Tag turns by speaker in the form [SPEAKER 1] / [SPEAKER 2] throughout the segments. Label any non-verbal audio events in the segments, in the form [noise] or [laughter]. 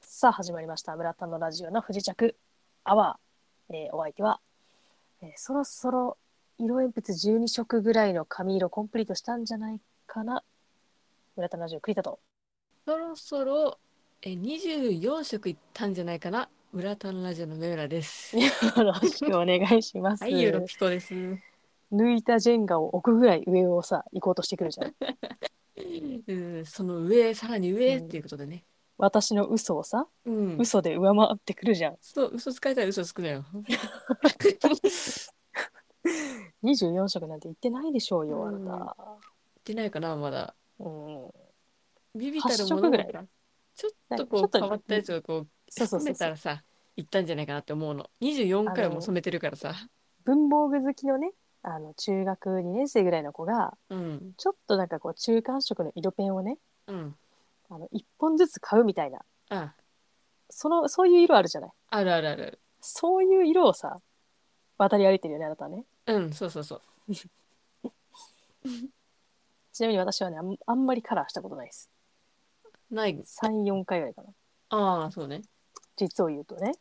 [SPEAKER 1] さあ始まりました「村田のラジオ」の不時着アワー、えーお相手は、えーそろそろ色鉛筆12色ぐらいの髪色コンプリートしたんじゃないかな村田のラジオ栗田と
[SPEAKER 2] そろそろえ24色いったんじゃないかな村田のラジオの上村です。
[SPEAKER 1] よろしくお願いします、
[SPEAKER 2] はい、よろピコです。う
[SPEAKER 1] 抜いたジェンガを置くぐらい上をさ行こうとしてくるじ
[SPEAKER 2] [laughs]
[SPEAKER 1] ゃん
[SPEAKER 2] ん、その上、さらに上っていうことでね。
[SPEAKER 1] 私の嘘をさ
[SPEAKER 2] うん。
[SPEAKER 1] 嘘で上回ってくる
[SPEAKER 2] [laughs]
[SPEAKER 1] じゃん
[SPEAKER 2] そう、嘘つかれたら嘘つくなよ。
[SPEAKER 1] 24色なんて言ってないでしょうよあ
[SPEAKER 2] うん
[SPEAKER 1] な
[SPEAKER 2] ってないかな、まだ。
[SPEAKER 1] た、うん
[SPEAKER 2] ビビたるも
[SPEAKER 1] 八色
[SPEAKER 2] の
[SPEAKER 1] ぐらい
[SPEAKER 2] がちょっ
[SPEAKER 1] ちょ
[SPEAKER 2] と
[SPEAKER 1] っと
[SPEAKER 2] こう変わったやつをこう
[SPEAKER 1] そうそうそう
[SPEAKER 2] 含めたらさ、いったんじゃないかなって思うの。24回も染めてるからさ。
[SPEAKER 1] 文房具好きのねあの中学2年生ぐらいの子が
[SPEAKER 2] うん。
[SPEAKER 1] ちょっとなんかこう中間色の色ペンをね
[SPEAKER 2] うん。
[SPEAKER 1] あの1本ずつ買うみたいな
[SPEAKER 2] あ、
[SPEAKER 1] そのそういう色あるじゃない
[SPEAKER 2] あるあるある。
[SPEAKER 1] そういう色をさ渡り歩いてるよねあなたね
[SPEAKER 2] うん、そうそうそう。
[SPEAKER 1] ちなみに私はねあんあんまりカラーしたことないです
[SPEAKER 2] ない。
[SPEAKER 1] 34回ぐらいかな
[SPEAKER 2] ああ、そうね。
[SPEAKER 1] 実を言うとね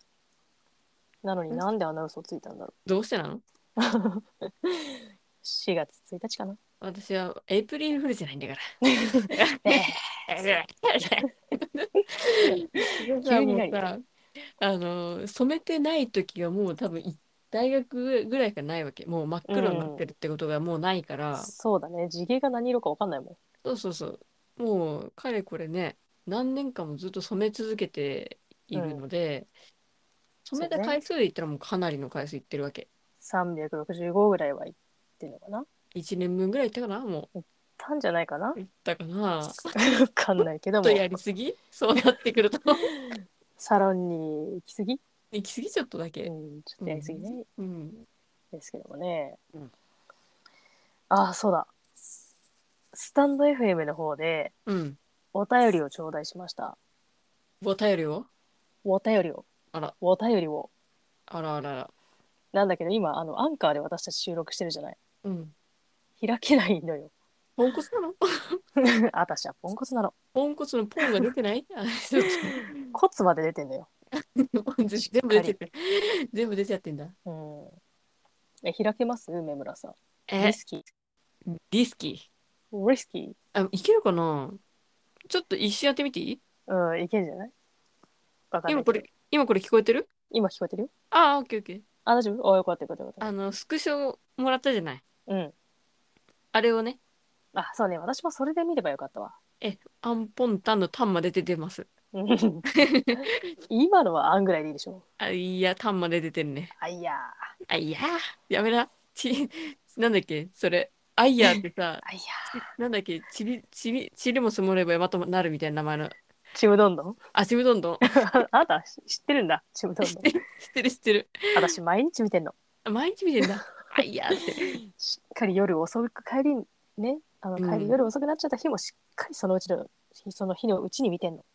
[SPEAKER 1] なのになんであんな嘘ついたんだろ
[SPEAKER 2] どうしてなの
[SPEAKER 1] う4月1日かな
[SPEAKER 2] 私はエイプリルフールじゃないんだから。
[SPEAKER 1] [laughs]
[SPEAKER 2] [laughs]
[SPEAKER 1] 急に何
[SPEAKER 2] もうさあの染めてない時はもう多分い大学ぐらいからないわけもう真っ黒になってるってことがもうないから、
[SPEAKER 1] そうだね地毛が何色か分かんないもん
[SPEAKER 2] そうそうそうもうかれこれね何年間もずっと染め続けているので、染めた回数で言ったらもうかなりの回数いってるわけ
[SPEAKER 1] 365ぐらいはいってるのかな
[SPEAKER 2] 1年分ぐらいいったかなも
[SPEAKER 1] たんじゃないかな
[SPEAKER 2] ういったかなち
[SPEAKER 1] 分かんないけ
[SPEAKER 2] ょ
[SPEAKER 1] ど
[SPEAKER 2] っ
[SPEAKER 1] も
[SPEAKER 2] とやりすぎそうなってくると [laughs]
[SPEAKER 1] サロンに行き過ぎ、
[SPEAKER 2] 行き過ぎちょっとだ
[SPEAKER 1] う
[SPEAKER 2] け、
[SPEAKER 1] ん、ちょっとやりすぎね、
[SPEAKER 2] うん、
[SPEAKER 1] ですけどもね、
[SPEAKER 2] うん
[SPEAKER 1] ああそうだスタンド FM の方で
[SPEAKER 2] うん。
[SPEAKER 1] お便りを頂戴しました
[SPEAKER 2] お便りを
[SPEAKER 1] お便りを
[SPEAKER 2] あら、
[SPEAKER 1] お便りを
[SPEAKER 2] あらあらあら。
[SPEAKER 1] なんだけど今あのアンカーで私たち収録してるじゃない
[SPEAKER 2] うん。
[SPEAKER 1] 開けないのよ [laughs]
[SPEAKER 2] ポンコツなの
[SPEAKER 1] 私はポンコツなの
[SPEAKER 2] ポンコツのポンが出てないあちょっ
[SPEAKER 1] コツまで出てんのよ、
[SPEAKER 2] と全部出てる。全部出ちゃってんだ。
[SPEAKER 1] うん、え開けます梅村さん
[SPEAKER 2] え
[SPEAKER 1] リ、スキー
[SPEAKER 2] リスキ
[SPEAKER 1] リスキ
[SPEAKER 2] ー。あ、いけるかなちょっと一瞬やってみていい
[SPEAKER 1] ーうんいけんじゃないわかんな
[SPEAKER 2] 今
[SPEAKER 1] いけど
[SPEAKER 2] これ、今これ聞こえてる
[SPEAKER 1] 今聞こえてるよ
[SPEAKER 2] ああ、オッケーオッケー。
[SPEAKER 1] あ大丈夫あよかったよかったよかっ
[SPEAKER 2] あの、スクショもらったじゃない。
[SPEAKER 1] たうん
[SPEAKER 2] あれをね、
[SPEAKER 1] あそうね私もそれで見ればよかった
[SPEAKER 2] [laughs]
[SPEAKER 1] わ
[SPEAKER 2] アンポンタンのタンまで出てます。
[SPEAKER 1] うん今のはあんぐらいでいいでしょ
[SPEAKER 2] あ、いや、タンまで出てるね。
[SPEAKER 1] あいやー
[SPEAKER 2] あ、いやー、やめな。ち、なんだっけそれ。あいやーってさ、
[SPEAKER 1] あいや
[SPEAKER 2] なんだっけ、ちり、ちり、ちりも積もればまともなるみたいな名前の。
[SPEAKER 1] ーちむどんどん [laughs]
[SPEAKER 2] あ、ちむどん [laughs] どん。知
[SPEAKER 1] ああなた知ってるんだちむどんど
[SPEAKER 2] [laughs]
[SPEAKER 1] ん
[SPEAKER 2] ってる知ってる。
[SPEAKER 1] 私毎日見てんの
[SPEAKER 2] あ毎日見てんだ。 [laughs] あ、いやーって。
[SPEAKER 1] しっかり夜遅く帰りねあの
[SPEAKER 2] うん
[SPEAKER 1] 帰り夜遅くなっちゃった日もしっかりそのうちの、その日のうちに見てんの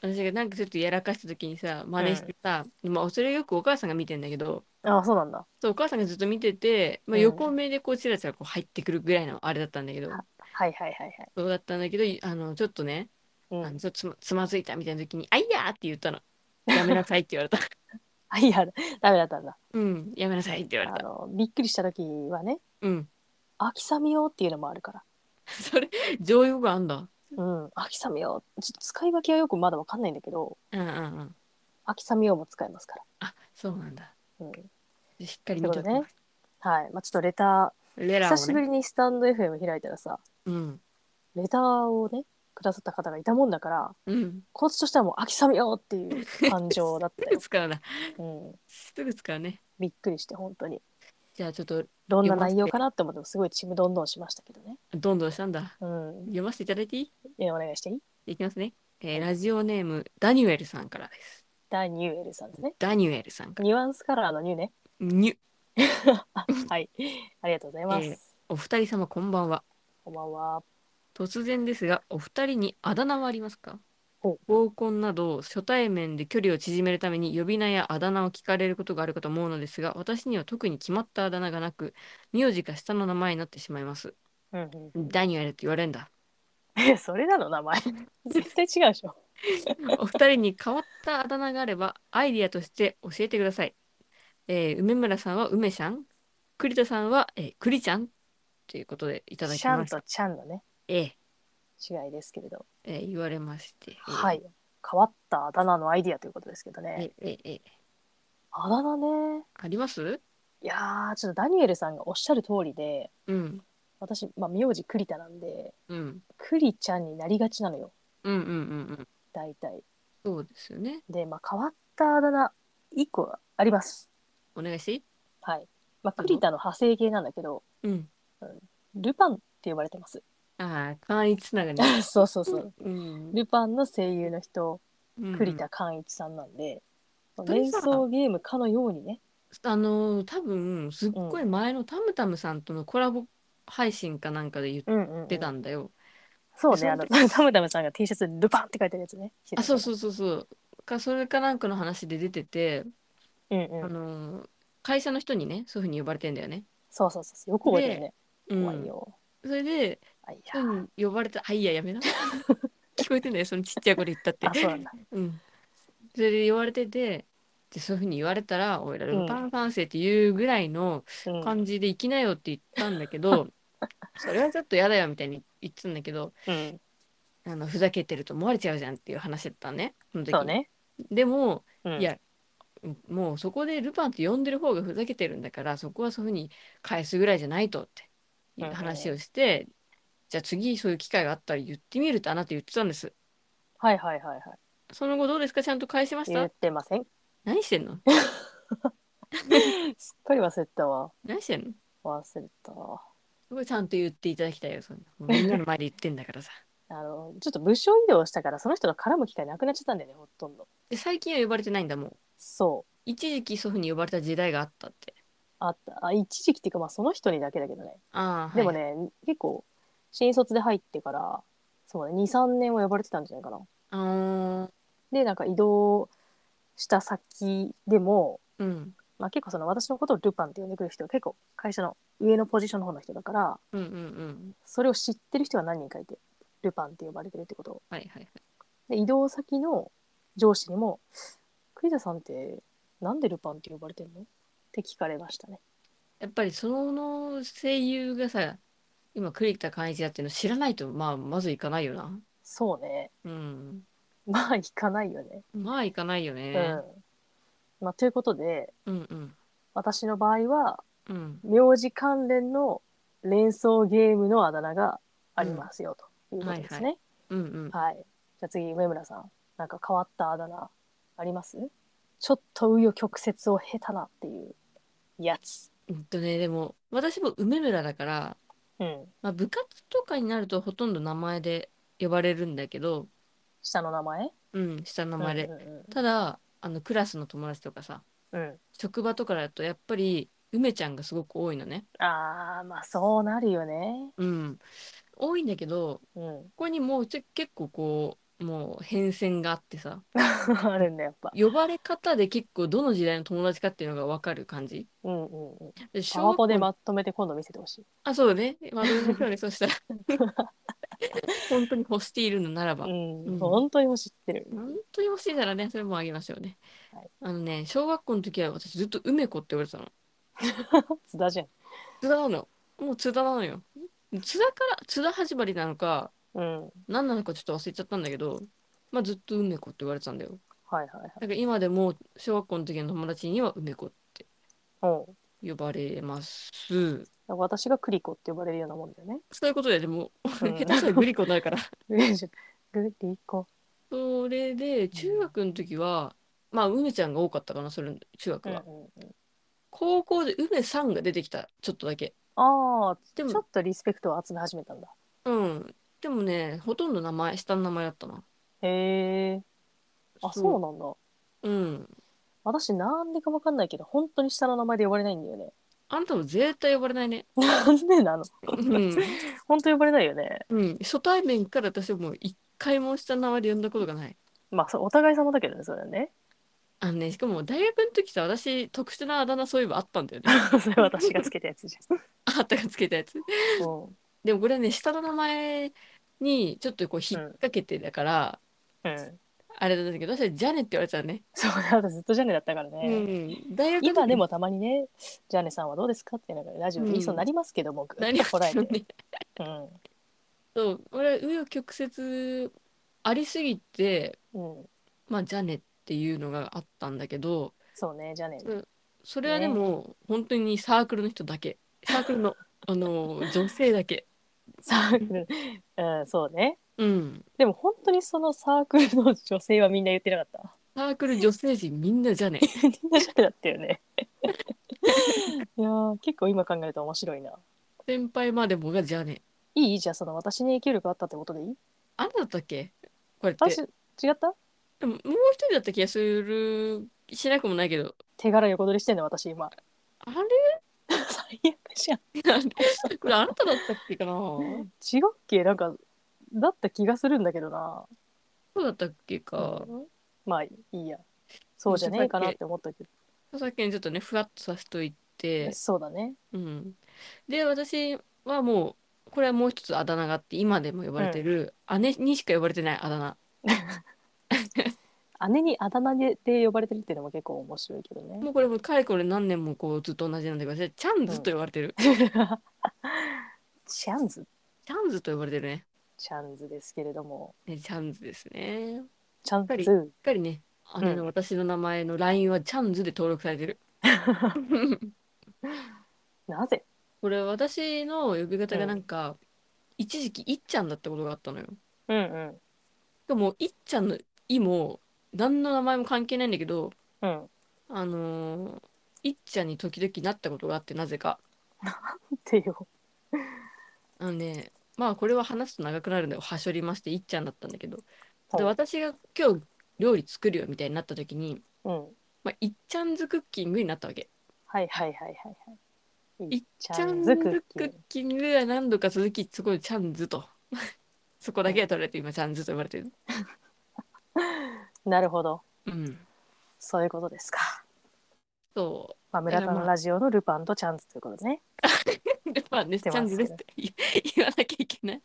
[SPEAKER 2] 私がなんかちょっとやらかした時にさ、真似してさ、まあ、それよくお母さんが見てんだけど、
[SPEAKER 1] ああそうなんだ
[SPEAKER 2] そう、お母さんがずっと見てて、まあ、
[SPEAKER 1] うん
[SPEAKER 2] 横目でこう、ちらちらこう入ってくるぐらいのあれだったんだけど、
[SPEAKER 1] はいはいはいはい
[SPEAKER 2] そうだったんだけど、あの、ちょっとね、
[SPEAKER 1] うん
[SPEAKER 2] あのちょっとつまつまずいたみたいな時に、あいやーって言ったの。やめなさいって言わ
[SPEAKER 1] [laughs]
[SPEAKER 2] れた。
[SPEAKER 1] あいやダメだったんだ
[SPEAKER 2] うん、やめなさいって言われ
[SPEAKER 1] あ
[SPEAKER 2] た。
[SPEAKER 1] のびっくりした時はね
[SPEAKER 2] うん。
[SPEAKER 1] 秋雨よっていうのもあるから
[SPEAKER 2] それ、常用語あんだ。
[SPEAKER 1] うん秋雨よちょっと使い分けはよくまだわかんないんだけど
[SPEAKER 2] うんうんうん。
[SPEAKER 1] 秋雨よも使えますか
[SPEAKER 2] あ、そうなんだ。
[SPEAKER 1] らうん
[SPEAKER 2] しっかり見ときます。
[SPEAKER 1] はい、まあ、ちょっとレタ
[SPEAKER 2] レ
[SPEAKER 1] ー、
[SPEAKER 2] ラ
[SPEAKER 1] 久し
[SPEAKER 2] ーを
[SPEAKER 1] ぶ
[SPEAKER 2] ね。
[SPEAKER 1] りにスタンド FM 開いたらさ
[SPEAKER 2] うん。
[SPEAKER 1] レターをねくださった方がいたもんだから
[SPEAKER 2] うん。
[SPEAKER 1] コーチとしてはもう秋雨よっていう感情だっ
[SPEAKER 2] す
[SPEAKER 1] た
[SPEAKER 2] ぐ [laughs]
[SPEAKER 1] よ、
[SPEAKER 2] 使うな。
[SPEAKER 1] うん、
[SPEAKER 2] すぐ使うね。
[SPEAKER 1] びっくりして本当に
[SPEAKER 2] じゃあちょっと、
[SPEAKER 1] どんな内容かなって思ってもすごいちむどんどんしましたけどね
[SPEAKER 2] どんどんしたんだ。
[SPEAKER 1] うん
[SPEAKER 2] 読ませていただいていい
[SPEAKER 1] えお願いしていい
[SPEAKER 2] いきますね。えーラジオネーム、ダニュエルさんからです。
[SPEAKER 1] ダニュエルさんですね
[SPEAKER 2] ダニュエルさんから。
[SPEAKER 1] ニュアンスカラーのニュね
[SPEAKER 2] にゅ
[SPEAKER 1] はいありがとうございます、
[SPEAKER 2] ええお二人様こんばんは。
[SPEAKER 1] こんばんは
[SPEAKER 2] 突然ですが、お二人にあだ名はありますか
[SPEAKER 1] ほ
[SPEAKER 2] 合コンなど初対面で距離を縮めるために呼び名やあだ名を聞かれることがあるかと思うのですが私には特に決まったあだ名がなく名字が下の名前になってしまいます
[SPEAKER 1] うんうん
[SPEAKER 2] ダニエルって言われるんだ
[SPEAKER 1] えそれなの名前 [laughs] 絶対違うでしょ
[SPEAKER 2] お二人に変わったあだ名があればアイディアとして教えてください。えー梅村さんは梅ちゃん、栗田さんは、えー栗ちゃんということでいただき
[SPEAKER 1] シャ
[SPEAKER 2] ま
[SPEAKER 1] ン
[SPEAKER 2] した。
[SPEAKER 1] とちゃんのね、
[SPEAKER 2] えー
[SPEAKER 1] 違いですけれど。
[SPEAKER 2] えー言われまして。えー
[SPEAKER 1] はい。変わったあだ名のアイディアということですけど
[SPEAKER 2] え
[SPEAKER 1] ね。
[SPEAKER 2] ーえーえー
[SPEAKER 1] あだ名ね。
[SPEAKER 2] あります
[SPEAKER 1] いやー、ちょっとダニエルさんがおっしゃる通りで、
[SPEAKER 2] うん。
[SPEAKER 1] 私、まあ、名字栗田なんで、
[SPEAKER 2] うん。
[SPEAKER 1] 栗ちゃんになりがちなのよ。
[SPEAKER 2] うんうんうんうん。
[SPEAKER 1] 大体。
[SPEAKER 2] そうですよね。
[SPEAKER 1] で、まあ、変わったあだ名、一個あります。
[SPEAKER 2] お願いしていい
[SPEAKER 1] はい。まあ、栗田の派生系なんだけど、
[SPEAKER 2] うん。
[SPEAKER 1] ルパンって呼ばれてます。
[SPEAKER 2] ああ、簡易つな
[SPEAKER 1] [laughs]
[SPEAKER 2] がり。
[SPEAKER 1] そうそうそう。
[SPEAKER 2] うん。
[SPEAKER 1] ルパンの声優の人、
[SPEAKER 2] うん
[SPEAKER 1] 栗田寛一さんなんで、
[SPEAKER 2] ん
[SPEAKER 1] 連想ゲームかのようにね。
[SPEAKER 2] あのー多分すっごい前のタムタムさんとのコラボ配信かなんかで言
[SPEAKER 1] うんうん、
[SPEAKER 2] ってたんだよ。
[SPEAKER 1] そう
[SPEAKER 2] そ
[SPEAKER 1] ね、
[SPEAKER 2] の
[SPEAKER 1] あの、 [laughs] タムタムさんが T シャツにルパンって書いてるやつね。
[SPEAKER 2] あそう
[SPEAKER 1] う。
[SPEAKER 2] そうそうそう。かそれかなんかの話で出てて、
[SPEAKER 1] うん
[SPEAKER 2] あ
[SPEAKER 1] うん。
[SPEAKER 2] のー会社の人にねそういうふうに呼ばれてんだよね。
[SPEAKER 1] そうそうそう。よく覚えてるね。
[SPEAKER 2] うん、
[SPEAKER 1] 怖いよ。
[SPEAKER 2] それで
[SPEAKER 1] あい
[SPEAKER 2] そういう
[SPEAKER 1] や。
[SPEAKER 2] ふうに呼ばれた「あいややめ [laughs] な」聞こえてんだよそのちっちゃい子で言ったって
[SPEAKER 1] あ、。そうなんだ。
[SPEAKER 2] うん、それで言われててでそういうふうに言われたら「おいらルパン三世」っていうぐらいの
[SPEAKER 1] うん。
[SPEAKER 2] 感じで行きなよって言ったんだけど、 [laughs] それはちょっと嫌だよみたいに言ってたんだけど
[SPEAKER 1] うん
[SPEAKER 2] あのふざけてると思われちゃうじゃんっていう話だったねその時
[SPEAKER 1] そうね。
[SPEAKER 2] でも、
[SPEAKER 1] うん
[SPEAKER 2] いやもうそこでルパンって呼んでる方がふざけてるんだからそこはそういうふうに返すぐらいじゃないとって
[SPEAKER 1] うんうんうん
[SPEAKER 2] 話をして、じゃあ次そういう機会があったら言ってみるとあなた言ってたんです
[SPEAKER 1] はいはいはいはい。
[SPEAKER 2] その後どうですかちゃんと返しまし
[SPEAKER 1] 言
[SPEAKER 2] た
[SPEAKER 1] ってません。
[SPEAKER 2] 何してんの
[SPEAKER 1] すっかり忘れてたわ。
[SPEAKER 2] 何してんの
[SPEAKER 1] 忘れてたわ。
[SPEAKER 2] すごいちゃんと言っていただきたいよそんな
[SPEAKER 1] [laughs]
[SPEAKER 2] もうみんなの前で言ってんだからさ
[SPEAKER 1] あの、ちょっと部署移動したから、その人が絡む機会なくなっちゃったんだよね、ほとんど。
[SPEAKER 2] で最近は呼ばれてないんだもう
[SPEAKER 1] そう。
[SPEAKER 2] 一時期そういうふうに呼ばれた時代があったって
[SPEAKER 1] あったあ一時期っていうかまあその人にだけだけどね、
[SPEAKER 2] ああ
[SPEAKER 1] でもね結構新卒で入ってからそうね23年は呼ばれてたんじゃないかな
[SPEAKER 2] あー
[SPEAKER 1] でなんか移動した先でも、
[SPEAKER 2] うん
[SPEAKER 1] まあ、結構その私のことをルパンって呼んでくる人は結構会社の上のポジションの方の人だから
[SPEAKER 2] うんうんうん
[SPEAKER 1] それを知ってる人が何人かいてルパンって呼ばれてるってことを
[SPEAKER 2] はいはいはい
[SPEAKER 1] で移動先の上司にも「栗田さんってなんでルパンって呼ばれてるの?」って聞かれましたね
[SPEAKER 2] やっぱりその声優がさ今栗田寛一だっていうの知らないと、まあ、まずいかないよな
[SPEAKER 1] そうね [laughs]
[SPEAKER 2] うん
[SPEAKER 1] まあ行かないよね
[SPEAKER 2] まあいかないよね
[SPEAKER 1] うんまあ、ということで
[SPEAKER 2] うんうん
[SPEAKER 1] 私の場合は
[SPEAKER 2] うん
[SPEAKER 1] 名字関連の連想ゲームのあだ名がありますよ、ということですね。
[SPEAKER 2] うんうん
[SPEAKER 1] はい、じゃあ次梅村さんなんか変わったあだ名ありますちょっと紆余曲折を経たなっていうやつ。
[SPEAKER 2] うんとねでも私も梅村だから、
[SPEAKER 1] うん、
[SPEAKER 2] まあ、部活とかになるとほとんど名前で呼ばれるんだけど
[SPEAKER 1] 下の名前
[SPEAKER 2] うん下の名前で、
[SPEAKER 1] うんうん
[SPEAKER 2] ただあのクラスの友達とかさ
[SPEAKER 1] うんうん
[SPEAKER 2] 職場とかだとやっぱり梅ちゃんがすごく多いのね
[SPEAKER 1] ああまあそうなるよね。
[SPEAKER 2] うん多いんだけど
[SPEAKER 1] うん、 [laughs]
[SPEAKER 2] ここにもうちょ結構こうもう変遷があってさ
[SPEAKER 1] あるんだやっぱ。
[SPEAKER 2] 呼ばれ方で結構どの時代の友達かっていうのが分かる感じ。
[SPEAKER 1] うんうんうん、
[SPEAKER 2] で
[SPEAKER 1] パワポで
[SPEAKER 2] 小学校
[SPEAKER 1] まとめて今度見せてほしい。
[SPEAKER 2] あそうね。まあ、どうでしょうね。そした
[SPEAKER 1] [laughs]
[SPEAKER 2] ら本当に欲しているのならば、
[SPEAKER 1] うん
[SPEAKER 2] うん
[SPEAKER 1] 本当に欲しいってる。
[SPEAKER 2] 本当に欲しいならねそれもあげましょうね。
[SPEAKER 1] はい
[SPEAKER 2] あのね小学校の時は私ずっと梅子って言われてたの。
[SPEAKER 1] 津田じゃん。
[SPEAKER 2] 津田なの。もう津田なのよ。津田から津田始まりなのか
[SPEAKER 1] うん、はい
[SPEAKER 2] 何なのかちょっと忘れちゃったんだけど、まあ、ずっと梅子って言われてたんだよ。
[SPEAKER 1] はいはい。
[SPEAKER 2] だから今でも小学校の時の友達には梅子って
[SPEAKER 1] うん。
[SPEAKER 2] 呼ばれます。
[SPEAKER 1] 私がクリコって呼ばれるようなもんだよね。
[SPEAKER 2] そういうことで、でも、
[SPEAKER 1] うん
[SPEAKER 2] [laughs] 下手したらグリコになるから。
[SPEAKER 1] グリコ。
[SPEAKER 2] それで、中学の時は、まあ、梅ちゃんが多かったかな、それ、中学
[SPEAKER 1] うんうん
[SPEAKER 2] は。
[SPEAKER 1] うん、
[SPEAKER 2] 高校で梅さんが出てきた、ちょっとだけ。
[SPEAKER 1] ああ、
[SPEAKER 2] で
[SPEAKER 1] ちょ
[SPEAKER 2] も
[SPEAKER 1] っ、とリスペクトを集め始めたんだ。
[SPEAKER 2] うん。でもね、ほとんど名前、下の名前だったな。
[SPEAKER 1] へえ。あ、そうなんだ。
[SPEAKER 2] う。うん。
[SPEAKER 1] 私なんでかわかんないけど、本当に下の名前で呼ばれないんだよね。
[SPEAKER 2] あんたも絶対呼ばれない [laughs] ね。
[SPEAKER 1] なんでなの
[SPEAKER 2] うん。
[SPEAKER 1] 本当呼ばれないよね。
[SPEAKER 2] うん。初対面から私はもう一回も下の名前で呼んだことがない。
[SPEAKER 1] まあ、そうお互い様だけどね、それは [laughs] ね。
[SPEAKER 2] あのね、しかも大学の時さ、私、特殊なあだ名そういえばあったんだよね。 [laughs]
[SPEAKER 1] それ私がつけたやつじ
[SPEAKER 2] あったかつけたやつ。
[SPEAKER 1] ゃん。うん
[SPEAKER 2] でもこれね下の名前にちょっとこう引っ掛けてだから、
[SPEAKER 1] うん、
[SPEAKER 2] あれだったけど、私はジャネって言われてたね。
[SPEAKER 1] そうだずっとジャネだったからね、
[SPEAKER 2] うん。大学の時
[SPEAKER 1] 今でもたまにね「ジャネさんはどうですか?」ってなんかラジオで言いそうになりますけど、もうぐっ
[SPEAKER 2] 何や
[SPEAKER 1] とこら
[SPEAKER 2] っ
[SPEAKER 1] え
[SPEAKER 2] てる
[SPEAKER 1] て、
[SPEAKER 2] のね。
[SPEAKER 1] うん
[SPEAKER 2] [laughs] そう、俺は紆余曲折ありすぎて、
[SPEAKER 1] うん、
[SPEAKER 2] まあ、ジャネっていうのがあったんだけど、
[SPEAKER 1] そうねジャネ
[SPEAKER 2] それはでも、本当にサークルの人だけ。サークルの、 [laughs] あの、女性だけ。
[SPEAKER 1] サークル、うん、そうね
[SPEAKER 2] うん。
[SPEAKER 1] でも本当にそのサークルの女性はみんな言ってなかった
[SPEAKER 2] サークル女性陣みんなジ [laughs] ャネ。
[SPEAKER 1] みんなジャネだったよね [laughs] いやー結構今考えると面白いな
[SPEAKER 2] 先輩までもがジャネ。
[SPEAKER 1] いいじゃあその私に影響力あったってことでいい
[SPEAKER 2] あなただったっけこれって。
[SPEAKER 1] 私違った
[SPEAKER 2] でももう一人だった気がするしなくもないけど
[SPEAKER 1] 手柄横取りしてんの私今 [laughs]
[SPEAKER 2] あ
[SPEAKER 1] 最悪じゃん
[SPEAKER 2] れあれ [laughs] これあなただったっけかなそ
[SPEAKER 1] 違うっけなんかだった気がするんだけどな
[SPEAKER 2] うだったっけか
[SPEAKER 1] まあいいやそうじゃねえかなって思ったけ
[SPEAKER 2] さっきにちょっとねふわっとさせとい
[SPEAKER 1] ど
[SPEAKER 2] て、
[SPEAKER 1] そうだね
[SPEAKER 2] うん、で私はもうこれはもう一つあだ名があって今でも呼ばれてる、姉にしか呼ばれてないあだ名
[SPEAKER 1] 姉にあだ名で呼ばれてるっていうのも結構面白いけどね
[SPEAKER 2] もうこれもかれこれ何年もこうずっと同じなんだけど私チャンズと呼ばれてる、
[SPEAKER 1] チャンズ
[SPEAKER 2] [laughs] チャンズと呼ばれてるね
[SPEAKER 1] チャンズですけれども
[SPEAKER 2] ねチャンズですねやっ
[SPEAKER 1] チャン
[SPEAKER 2] ぱり
[SPEAKER 1] ズ
[SPEAKER 2] ぱりね姉の私の名前の LINE はチャンズで登録されてる、
[SPEAKER 1] なぜ
[SPEAKER 2] これ私の呼び方がなんか、一時期いっちゃんだったことがあったのよ。
[SPEAKER 1] うんうん
[SPEAKER 2] でもいっちゃんの「い」も何の名前も関係ないんだけど
[SPEAKER 1] うん
[SPEAKER 2] あのーいっちゃんに時々なったことがあってなぜか。
[SPEAKER 1] っていう
[SPEAKER 2] あのねまあこれは話すと長くなるんではしょりましていっちゃんだったんだけど
[SPEAKER 1] ほ
[SPEAKER 2] で
[SPEAKER 1] う
[SPEAKER 2] 私が今日料理作るよみたいになった時に、
[SPEAKER 1] うん
[SPEAKER 2] まあ、いっちゃんずクッキングになったわけ。
[SPEAKER 1] はいはいはいはいはい
[SPEAKER 2] いっ
[SPEAKER 1] チ
[SPEAKER 2] ちゃ
[SPEAKER 1] ャ
[SPEAKER 2] ん
[SPEAKER 1] ン
[SPEAKER 2] ず
[SPEAKER 1] ズ
[SPEAKER 2] ク
[SPEAKER 1] ク
[SPEAKER 2] ッ
[SPEAKER 1] ッ
[SPEAKER 2] キ
[SPEAKER 1] キ
[SPEAKER 2] ン
[SPEAKER 1] ン
[SPEAKER 2] グは何度か続きすごいチャンズと [laughs] そこだけが取られて今チャンズと呼ばれてる。
[SPEAKER 1] なるほど
[SPEAKER 2] うん
[SPEAKER 1] そういうことですか、
[SPEAKER 2] そう
[SPEAKER 1] まあ、村田のラジオのルパンとチャンズということね
[SPEAKER 2] ル [laughs] パンです。チ
[SPEAKER 1] 出
[SPEAKER 2] ャン
[SPEAKER 1] ます
[SPEAKER 2] ズですって言言わなきゃいけない。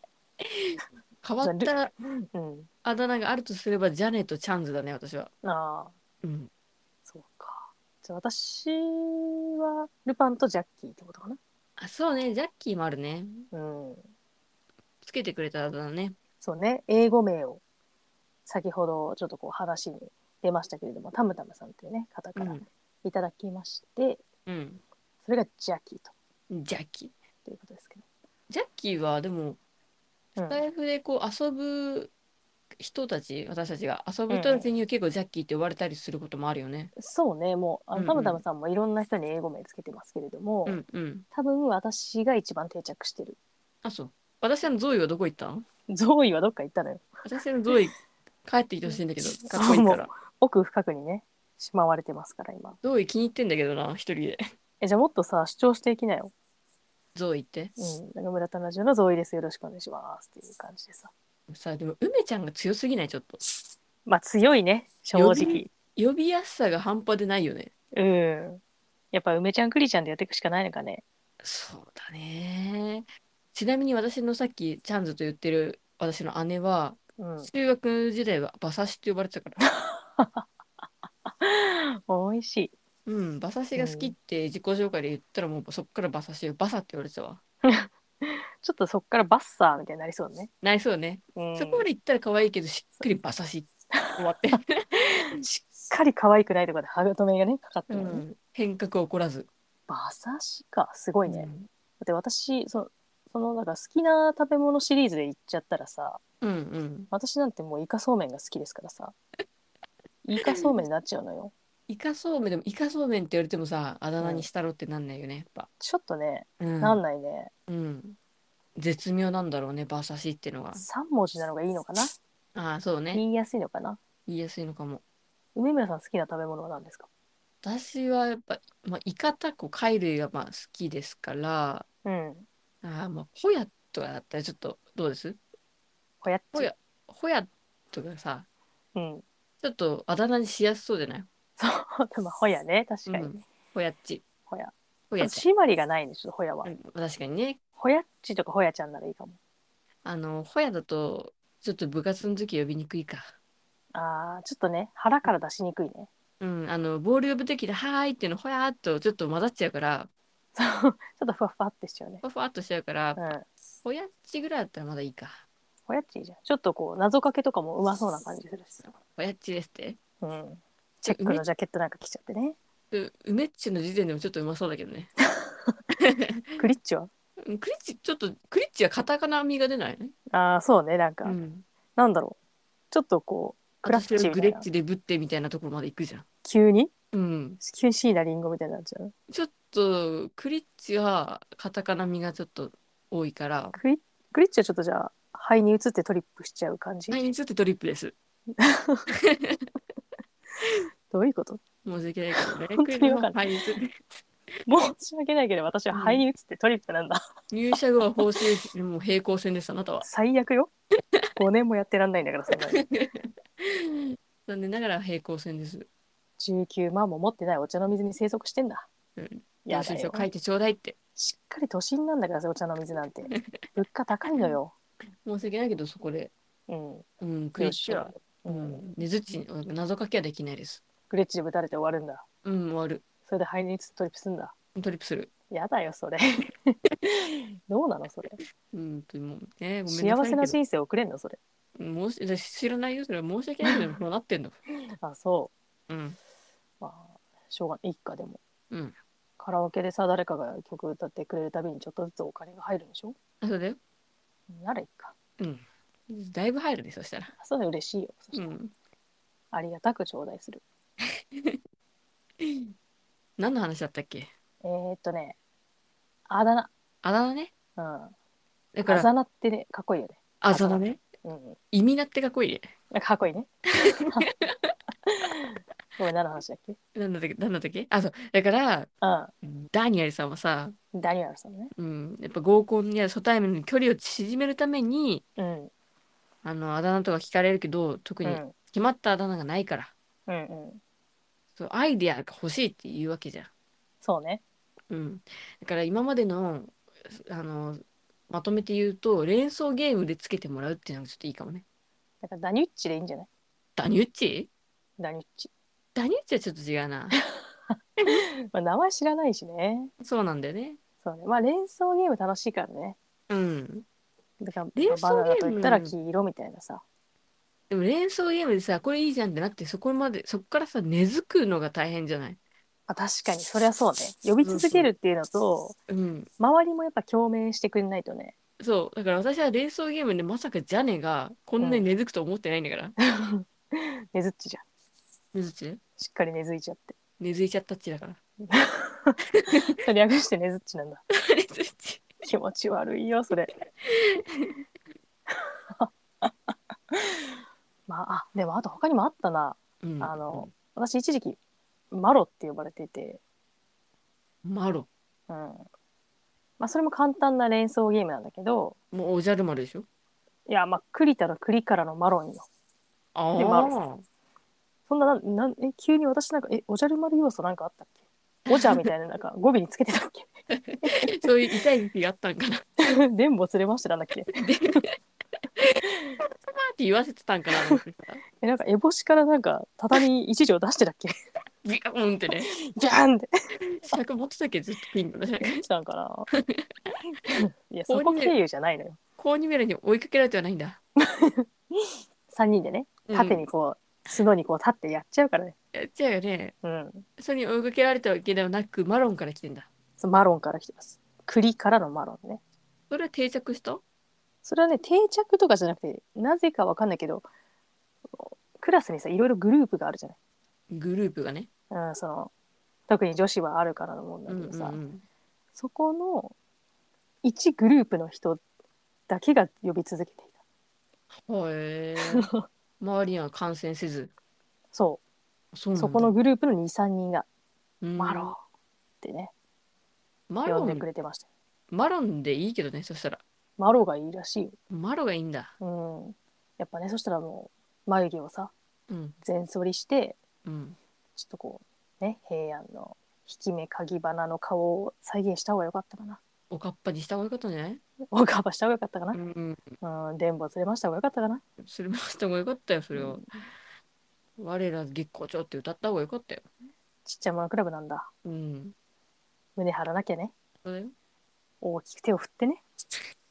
[SPEAKER 2] 変わった
[SPEAKER 1] うん
[SPEAKER 2] あだ名があるとすれば、ジャネとチャンズだね、私は。
[SPEAKER 1] ああ
[SPEAKER 2] うん。
[SPEAKER 1] そうかじゃあ私はルパンとジャッキーってことかな
[SPEAKER 2] あ、そうね、ジャッキーもあるね。
[SPEAKER 1] うん
[SPEAKER 2] つけてくれたあだ名ね。
[SPEAKER 1] そうね英語名を先ほどちょっとこう話に出ましたけれどもタムタムさんっていうね方
[SPEAKER 2] う
[SPEAKER 1] から
[SPEAKER 2] ん。
[SPEAKER 1] いただきまして、
[SPEAKER 2] うん。
[SPEAKER 1] それがジャッキーと
[SPEAKER 2] ジャッキー。
[SPEAKER 1] ということですけ
[SPEAKER 2] ジャッキーは、でも、
[SPEAKER 1] ど、
[SPEAKER 2] スタイフでこう遊ぶ人たち、私たちが遊ぶ人たちには結構ジャッキーって呼ばれたりすることもあるよね。
[SPEAKER 1] そうねもうあ
[SPEAKER 2] うん
[SPEAKER 1] の
[SPEAKER 2] うん
[SPEAKER 1] タムタムさんもいろんな人に英語名つけてますけれども、
[SPEAKER 2] うんうん。
[SPEAKER 1] 多分私が一番定着してる
[SPEAKER 2] あ、そう。私のゾーイはどこ行ったの
[SPEAKER 1] ゾーイはどっか行ったのよ
[SPEAKER 2] 私のゾーイ、帰ってきてほしいんだけ [laughs] ど、かっこいいから。
[SPEAKER 1] 奥深くにねしまわれてますから今
[SPEAKER 2] ゾーイ気に入ってんだけどな、一人で。
[SPEAKER 1] えじゃあもっとさ主張していきなよ
[SPEAKER 2] ゾーイって。
[SPEAKER 1] うん、中村田ラジオのゾーイです。よろしくお願いします。っていう感じでさ。
[SPEAKER 2] さあでも梅ちゃんが強すぎないちょっと
[SPEAKER 1] まあ強いね、正
[SPEAKER 2] 呼
[SPEAKER 1] 直
[SPEAKER 2] び。呼びやすさが半端でないよね
[SPEAKER 1] うん。やっぱ梅ちゃん、栗ちゃんでやっていくしかないのかね。
[SPEAKER 2] そうだねちなみに私のさっきチャンズと言ってる私の姉は
[SPEAKER 1] うん。
[SPEAKER 2] 中学時代は馬刺しって呼ばれてたから
[SPEAKER 1] 美味しい。
[SPEAKER 2] うん馬刺しが好きって自己紹介で言ったらもうそっから馬刺しをバサって言われてたわ
[SPEAKER 1] ちょっとそっからバッサーみたいになりそうね。
[SPEAKER 2] ないそうね、
[SPEAKER 1] うん。
[SPEAKER 2] そこまで言ったら可愛いけどしっくり馬刺し終わって、
[SPEAKER 1] しっかり可愛くないとかで歯止めがね、かかって
[SPEAKER 2] う
[SPEAKER 1] るのね。
[SPEAKER 2] ん、変革起こらず、
[SPEAKER 1] 馬刺しか。すごいね。
[SPEAKER 2] う
[SPEAKER 1] だ
[SPEAKER 2] ん
[SPEAKER 1] って私、その、その、なんか好きな食べ物シリーズで言っちゃったらさ、
[SPEAKER 2] うんうん
[SPEAKER 1] 私なんてもうイカそうめんが好きですから
[SPEAKER 2] [laughs]
[SPEAKER 1] さ。イカそうめんになっちゃうのよ。
[SPEAKER 2] イカそうめんでもイカそうめんって言われてもさあだ名にしたろってなんないよねやっぱ、
[SPEAKER 1] ちょっとね、
[SPEAKER 2] うん、
[SPEAKER 1] なんないね。
[SPEAKER 2] うん、絶妙なんだろうね馬刺しってのが
[SPEAKER 1] 三文字なのがいいのかな
[SPEAKER 2] ああそうね
[SPEAKER 1] 言いやすいのかな
[SPEAKER 2] 言いやすいのかも
[SPEAKER 1] 梅村さん好きな食べ物は何ですか
[SPEAKER 2] 私はやっぱ、まあ、イカタコ貝類がまあ好きですから
[SPEAKER 1] うん
[SPEAKER 2] あーまあホヤとかだったらちょっとどうです
[SPEAKER 1] ほやっ
[SPEAKER 2] ほ
[SPEAKER 1] ち
[SPEAKER 2] やホヤとかさ
[SPEAKER 1] うん [laughs]
[SPEAKER 2] ちょっとあだ名にしやすそうじゃない
[SPEAKER 1] そうでもほやね確かに、
[SPEAKER 2] うん、ホヤっち
[SPEAKER 1] ほや
[SPEAKER 2] ホ
[SPEAKER 1] で
[SPEAKER 2] ヤ
[SPEAKER 1] も
[SPEAKER 2] っち
[SPEAKER 1] 締まりがないんでちょっとほやは、
[SPEAKER 2] うん確かにね
[SPEAKER 1] ほやっちとかほやちゃんならいいかも
[SPEAKER 2] あのホヤだとちょっと部活の時呼びにくいか
[SPEAKER 1] ああ、ちょっとね、腹から出しにくいね。
[SPEAKER 2] うん、あの、ボール呼ぶときで、はーいっていうの、ほやーっとちょっと混ざっちゃうから、
[SPEAKER 1] そう、ちょっとふわふわってしちゃうね
[SPEAKER 2] ふ。わふわっとしちゃうから
[SPEAKER 1] う、ん。
[SPEAKER 2] ほやっちぐらいだったらまだいいか。
[SPEAKER 1] おやっちいいじゃん。ちょっとこう、謎かけとかもうまそうな感じするしさ。
[SPEAKER 2] ほやっちですって。
[SPEAKER 1] うん。チェックのジャケットなんか着ちゃってね。
[SPEAKER 2] う梅っちの時点でもちょっとうまそうだけどね。
[SPEAKER 1] クリッチは
[SPEAKER 2] うんクリッチ、ちょっと、クリッチはカタカナ味が出ないね。
[SPEAKER 1] ああ、そうね、なんか、
[SPEAKER 2] うん。
[SPEAKER 1] なんだろう。ちょっとこう、クラッチみ
[SPEAKER 2] 私
[SPEAKER 1] たいな
[SPEAKER 2] はグレッチでぶってみたいなところまで行くじゃん。
[SPEAKER 1] 急に
[SPEAKER 2] うん。
[SPEAKER 1] 急にシーナリンゴみたいになっちゃう。
[SPEAKER 2] ちょっと、クリッチはカタカナ味がちょっと多いから、
[SPEAKER 1] クリクリッチはちょっとじゃあ、肺に移ってトリップしちゃう感じ。
[SPEAKER 2] はい、ちょっとトリップです。
[SPEAKER 1] どういうこと
[SPEAKER 2] 申し訳ないけどね。
[SPEAKER 1] [laughs] 本当にわかん
[SPEAKER 2] はい、ちょっと
[SPEAKER 1] 申し訳ないけど、私は肺に移ってトリップなんだ。
[SPEAKER 2] 入社後は報酬もう平行線ですあなたは
[SPEAKER 1] 最悪よ。5年もやってらんないんだから、そんな
[SPEAKER 2] [laughs]
[SPEAKER 1] に。
[SPEAKER 2] 残念ながら平行線です
[SPEAKER 1] 19万も持ってないお茶の水に生息してんだ。
[SPEAKER 2] うん
[SPEAKER 1] や
[SPEAKER 2] 領
[SPEAKER 1] だ
[SPEAKER 2] 収書
[SPEAKER 1] よ。
[SPEAKER 2] 書いてちょうだいって
[SPEAKER 1] しっかり都心なんだからさ、お茶の水なん
[SPEAKER 2] [laughs]
[SPEAKER 1] て。物価高いのよ。
[SPEAKER 2] 申し訳ないけどそこで
[SPEAKER 1] うん。
[SPEAKER 2] うんクリッチは
[SPEAKER 1] 領収書
[SPEAKER 2] う
[SPEAKER 1] うん
[SPEAKER 2] ん根づち謎かけはできないです
[SPEAKER 1] グレッチでぶたれて終わるんだ。
[SPEAKER 2] うん終わる
[SPEAKER 1] それで肺に移ってトリップすんだ。
[SPEAKER 2] トリップする
[SPEAKER 1] やだよ、そ
[SPEAKER 2] [laughs]
[SPEAKER 1] れ。どうなの、それ。
[SPEAKER 2] うんともうねごめんなさい
[SPEAKER 1] 幸せな
[SPEAKER 2] け
[SPEAKER 1] 人生送れんの、それ。
[SPEAKER 2] ど申し私知らないよそれは申し訳ないけどそうなってんの
[SPEAKER 1] あ、そ
[SPEAKER 2] うん
[SPEAKER 1] う。まあ、しょうがない。いいか、でも。
[SPEAKER 2] うん
[SPEAKER 1] カラオケでさ、誰かが曲歌ってくれるたびにちょっとずつお金が入るんでしょ
[SPEAKER 2] あそうだよ
[SPEAKER 1] ならいいか。
[SPEAKER 2] うんだいぶ入るねそしたら
[SPEAKER 1] それ嬉しいよ。そし
[SPEAKER 2] う
[SPEAKER 1] たら
[SPEAKER 2] ん
[SPEAKER 1] ありがたく頂戴する。
[SPEAKER 2] 何の話だったっけ
[SPEAKER 1] えー、っとね、あだ名。
[SPEAKER 2] あだ名ね
[SPEAKER 1] うん。
[SPEAKER 2] だか
[SPEAKER 1] あ
[SPEAKER 2] ら
[SPEAKER 1] ざなってね、かっこいいよね。
[SPEAKER 2] あざだね
[SPEAKER 1] うん。
[SPEAKER 2] 意味なってかっこいいね
[SPEAKER 1] なんかかっこいいね。ごめん、何の話だっけ
[SPEAKER 2] なんだっけなんだったっけあそうだから
[SPEAKER 1] う
[SPEAKER 2] ダニエルさんはさ、
[SPEAKER 1] ん。ダニエルさんね。
[SPEAKER 2] うん、やっぱ合コンや初対面の距離を縮めるために
[SPEAKER 1] うん。
[SPEAKER 2] あのあだ名とか聞かれるけど特
[SPEAKER 1] う
[SPEAKER 2] に
[SPEAKER 1] ん。
[SPEAKER 2] 決まったあだ名がないから、
[SPEAKER 1] うんうん。
[SPEAKER 2] そうアイデアが欲しいって言うわけじゃん。
[SPEAKER 1] そうね。
[SPEAKER 2] うん、だから今までのあのまとめて言うと連想ゲームでつけてもらうっていうのがちょっといいかもね。
[SPEAKER 1] だからダニュッチでいいんじゃない
[SPEAKER 2] ダニュッチ
[SPEAKER 1] ダニュッチ。
[SPEAKER 2] ダニュッチはちょっと違う [laughs] な。
[SPEAKER 1] まあ、名前知らないしね。
[SPEAKER 2] そうなんだよね。
[SPEAKER 1] そうね。まあ連想ゲーム楽しいからね。
[SPEAKER 2] うん。
[SPEAKER 1] だから
[SPEAKER 2] 連
[SPEAKER 1] バ
[SPEAKER 2] 想
[SPEAKER 1] ナ
[SPEAKER 2] ゲーム
[SPEAKER 1] ナと言ったら黄色みたいなさ。
[SPEAKER 2] でも連想ゲームでさこれいいじゃんってなってそこまでそこからさ根付くのが大変じゃない。
[SPEAKER 1] あ確かにそりゃそうね。呼び続けるっていうのと、
[SPEAKER 2] うん、
[SPEAKER 1] 周りもやっぱ共鳴してくれないとね。
[SPEAKER 2] そうだから私は連想ゲームでまさかジャネがこんなに根付くと思ってないんだ [laughs] から、
[SPEAKER 1] 根づっちじゃん。
[SPEAKER 2] 根付いち
[SPEAKER 1] しっかり根づいちゃって。
[SPEAKER 2] 根付いちゃったっちだから
[SPEAKER 1] それ略して根づっちなんだ。
[SPEAKER 2] [laughs] 根付いち
[SPEAKER 1] 気持ち悪いよそ [laughs] れ。まあ、あでもあと他にもあったな。
[SPEAKER 2] うん
[SPEAKER 1] あの、私一時期マロって呼ばれていて、
[SPEAKER 2] マロ
[SPEAKER 1] うんまあ、それも簡単な連想ゲームなんだけど
[SPEAKER 2] もうおじゃる丸でしょ
[SPEAKER 1] いやまあ栗田の栗からのマロンよ
[SPEAKER 2] あ
[SPEAKER 1] でマ
[SPEAKER 2] あ
[SPEAKER 1] そんななんなんえ急に私なんかえおじゃる丸要素なんかあったっけおじゃみたいななん [laughs] か語尾につけてたっけ [laughs]
[SPEAKER 2] そういう痛い時があったんかなパ
[SPEAKER 1] 電ボ連れましてなんだっけ
[SPEAKER 2] ーって言わせてたんかなと思ってさ
[SPEAKER 1] えなんか烏帽子からなんか畳一条出してたっけ
[SPEAKER 2] ビヨーンってね
[SPEAKER 1] ギャーンって
[SPEAKER 2] 尺持ってたっけずっとピンのね
[SPEAKER 1] したんかな
[SPEAKER 2] [laughs]
[SPEAKER 1] いやそこ経由じゃないのよ
[SPEAKER 2] コーニメラに追いかけられてはないんだ
[SPEAKER 1] 3人でね
[SPEAKER 2] うん
[SPEAKER 1] 縦にこう、角にこう立ってやっちゃうからね
[SPEAKER 2] やっちゃうよね
[SPEAKER 1] うん
[SPEAKER 2] それに追いかけられたわけではなくマロンから来てんだ
[SPEAKER 1] そうマロンから来てます栗からのマロンね
[SPEAKER 2] それは定着した
[SPEAKER 1] それはね定着とかじゃなくてなぜかわかんないけどクラスにさいろいろグループがあるじゃ
[SPEAKER 2] グループがね
[SPEAKER 1] ない、うん、その特に女子はあるからのもんだ
[SPEAKER 2] う
[SPEAKER 1] け
[SPEAKER 2] ん
[SPEAKER 1] ど
[SPEAKER 2] うん
[SPEAKER 1] さ、
[SPEAKER 2] うん
[SPEAKER 1] そこの1グループの人だけが呼び続けていた [laughs]
[SPEAKER 2] へえ周りには感染せず
[SPEAKER 1] そ
[SPEAKER 2] そう
[SPEAKER 1] う
[SPEAKER 2] なんだ
[SPEAKER 1] そこのグループの23人が「マ
[SPEAKER 2] マ
[SPEAKER 1] ロン」ってね
[SPEAKER 2] マ
[SPEAKER 1] 呼
[SPEAKER 2] ロ
[SPEAKER 1] んでく
[SPEAKER 2] ン
[SPEAKER 1] れてました
[SPEAKER 2] マロンでいいけどねそしたら
[SPEAKER 1] マロがいいらしい
[SPEAKER 2] マロがいいんだ
[SPEAKER 1] よ、うん、やっぱねそしたらもう眉毛をさ
[SPEAKER 2] うん
[SPEAKER 1] 全剃りして
[SPEAKER 2] うん
[SPEAKER 1] ちょっとこうね平安の引き目かぎ花の顔を再現した方が良かったかな
[SPEAKER 2] おかっぱにした方がよかったんじゃない
[SPEAKER 1] 大川した方が良かったか
[SPEAKER 2] うん、
[SPEAKER 1] なうん電ボ連れました方が良かったかな
[SPEAKER 2] それもした方がよかったよそれを、我ら月光町って歌った方がよかったよ。
[SPEAKER 1] ちっちゃいものクラブなんだ。
[SPEAKER 2] うん。
[SPEAKER 1] 胸張らなきゃね。
[SPEAKER 2] そうだよ
[SPEAKER 1] 大きく手を振ってね。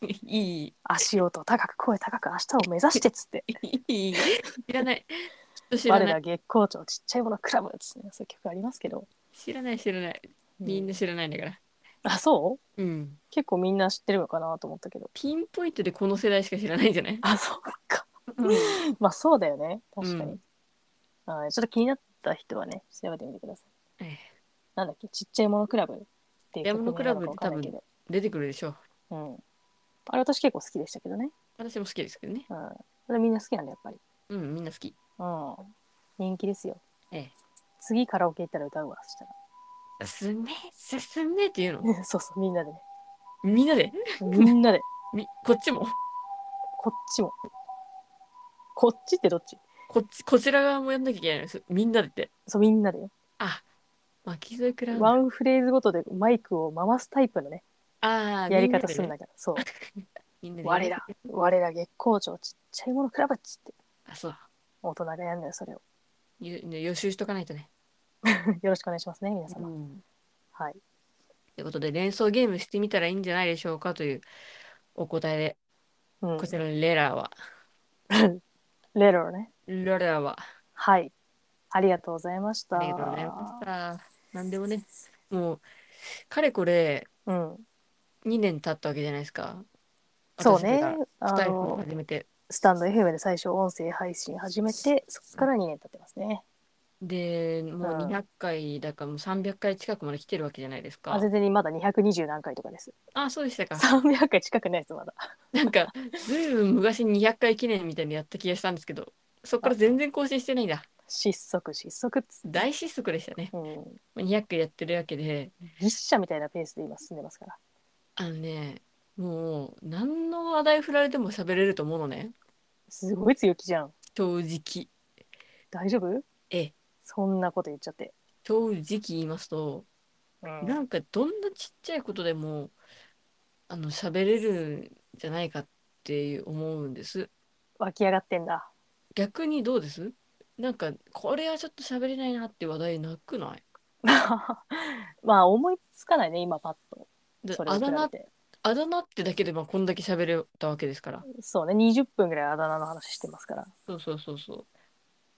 [SPEAKER 2] いい、
[SPEAKER 1] 足音を高く声高く明日を目指してっつって。
[SPEAKER 2] いい、知らない。ちょっと知ら
[SPEAKER 1] 我
[SPEAKER 2] な
[SPEAKER 1] ら
[SPEAKER 2] い。
[SPEAKER 1] 月光町ちっちゃいものクラブっつってね、そういう曲ありますけど。
[SPEAKER 2] 知らない、知らない。
[SPEAKER 1] うん
[SPEAKER 2] みんな知らないんだから。
[SPEAKER 1] あ、そう
[SPEAKER 2] うん。
[SPEAKER 1] 結構みんな知ってるのかなと思ったけど。
[SPEAKER 2] ピンポイントでこの世代しか知らないんじゃない
[SPEAKER 1] あ、そうか。 [laughs] まあそうだよね。確かに。はいちょっと気になった人はね、調べてみてください。
[SPEAKER 2] ええ
[SPEAKER 1] なんだっけ、ちっちゃいものクラブっていう
[SPEAKER 2] ちっちゃいものクラブ
[SPEAKER 1] 曲名なのかわかんないけど
[SPEAKER 2] 出てくるでしょう。
[SPEAKER 1] うん。あれ私結構好きでしたけどね。
[SPEAKER 2] 私も好きですけどね。
[SPEAKER 1] うん。それみんな好きなんだ、やっぱり。
[SPEAKER 2] うん、みんな好き。
[SPEAKER 1] うん。人気ですよ。
[SPEAKER 2] ええ。
[SPEAKER 1] 次カラオケ行ったら歌うわ、そした
[SPEAKER 2] 進め、進めっていうの。
[SPEAKER 1] ら。そう [laughs] そう、みんなでね。
[SPEAKER 2] みんなで。
[SPEAKER 1] みんなで。
[SPEAKER 2] み、こっちも。
[SPEAKER 1] こっちも。こっちってどっち
[SPEAKER 2] こっち、こちら側もやんなきゃいけないの。すみんなでって。
[SPEAKER 1] そう、みんなでよ。
[SPEAKER 2] あ、巻き添えくらう
[SPEAKER 1] ワ
[SPEAKER 2] な。
[SPEAKER 1] ンフレーズごとでマイクを回すタイプのね、
[SPEAKER 2] ああ、
[SPEAKER 1] やり方するん
[SPEAKER 2] だ。
[SPEAKER 1] だから。そう。
[SPEAKER 2] [laughs] みんなでね
[SPEAKER 1] 我ら。、我ら月光町ちっちゃいものクラブっつって。
[SPEAKER 2] あ、そう。
[SPEAKER 1] 大人がやるのよ、それを。 [laughs]
[SPEAKER 2] ゆ予習しとかないとね。
[SPEAKER 1] よろしくお願いしますね、皆様。
[SPEAKER 2] ん。
[SPEAKER 1] はい。
[SPEAKER 2] ということで、連想ゲームしてみたらいいんじゃないでしょうかというお答えで、
[SPEAKER 1] うん
[SPEAKER 2] こ。ちらのレラーは、
[SPEAKER 1] レロね。
[SPEAKER 2] レラーは、
[SPEAKER 1] はい。ありがとうございました。
[SPEAKER 2] ありがとうございました。なんでもね、もう、かれこれ
[SPEAKER 1] うん。
[SPEAKER 2] 2年経ったわけじゃないですか。
[SPEAKER 1] そうね
[SPEAKER 2] 私ら。
[SPEAKER 1] あ
[SPEAKER 2] スタイフを
[SPEAKER 1] の、
[SPEAKER 2] 始めて。
[SPEAKER 1] スタンド FM で最初音声配信始めて、そこから2年経ってますね。
[SPEAKER 2] で、もう
[SPEAKER 1] うん
[SPEAKER 2] 200回だからもう300回近くまで来てるわけじゃないです
[SPEAKER 1] あ、
[SPEAKER 2] か。
[SPEAKER 1] 全然まだ220何回とかです。
[SPEAKER 2] あ、そうでしたか。
[SPEAKER 1] 300回近くないです、まだ。
[SPEAKER 2] なんか、ずいぶん昔200回記念みたいにやった気がしたんですけど、そこから全然更新してないんだ。
[SPEAKER 1] 失速、失速っつって。
[SPEAKER 2] 大失速でしたね。
[SPEAKER 1] うん。
[SPEAKER 2] 200回やってるわけで、
[SPEAKER 1] 一社みたいなペースで今進んでますから。
[SPEAKER 2] あのね、もう何の話題振られても喋れると思うのね、
[SPEAKER 1] すごい強気じゃん。
[SPEAKER 2] 正直。
[SPEAKER 1] 大丈夫
[SPEAKER 2] え、
[SPEAKER 1] そんなこと言っちゃって。
[SPEAKER 2] 正直言いますと、
[SPEAKER 1] うん
[SPEAKER 2] なんかどんなちっちゃいことでも、あの、喋れるんじゃないかっていう思うんです。
[SPEAKER 1] 湧き上がってんだ。 [laughs]
[SPEAKER 2] 逆にどうですなんか、これはちょっと喋れないなって話題なくない
[SPEAKER 1] まあ思いつかないね、今パッと。
[SPEAKER 2] で
[SPEAKER 1] それ
[SPEAKER 2] あ
[SPEAKER 1] に比
[SPEAKER 2] だ
[SPEAKER 1] べ
[SPEAKER 2] 名、
[SPEAKER 1] て。
[SPEAKER 2] あだ名ってだけでまあこんだけ喋れたわけですから。
[SPEAKER 1] そうね、20分ぐらいあだ名の話してますから。
[SPEAKER 2] そうそうそうそう。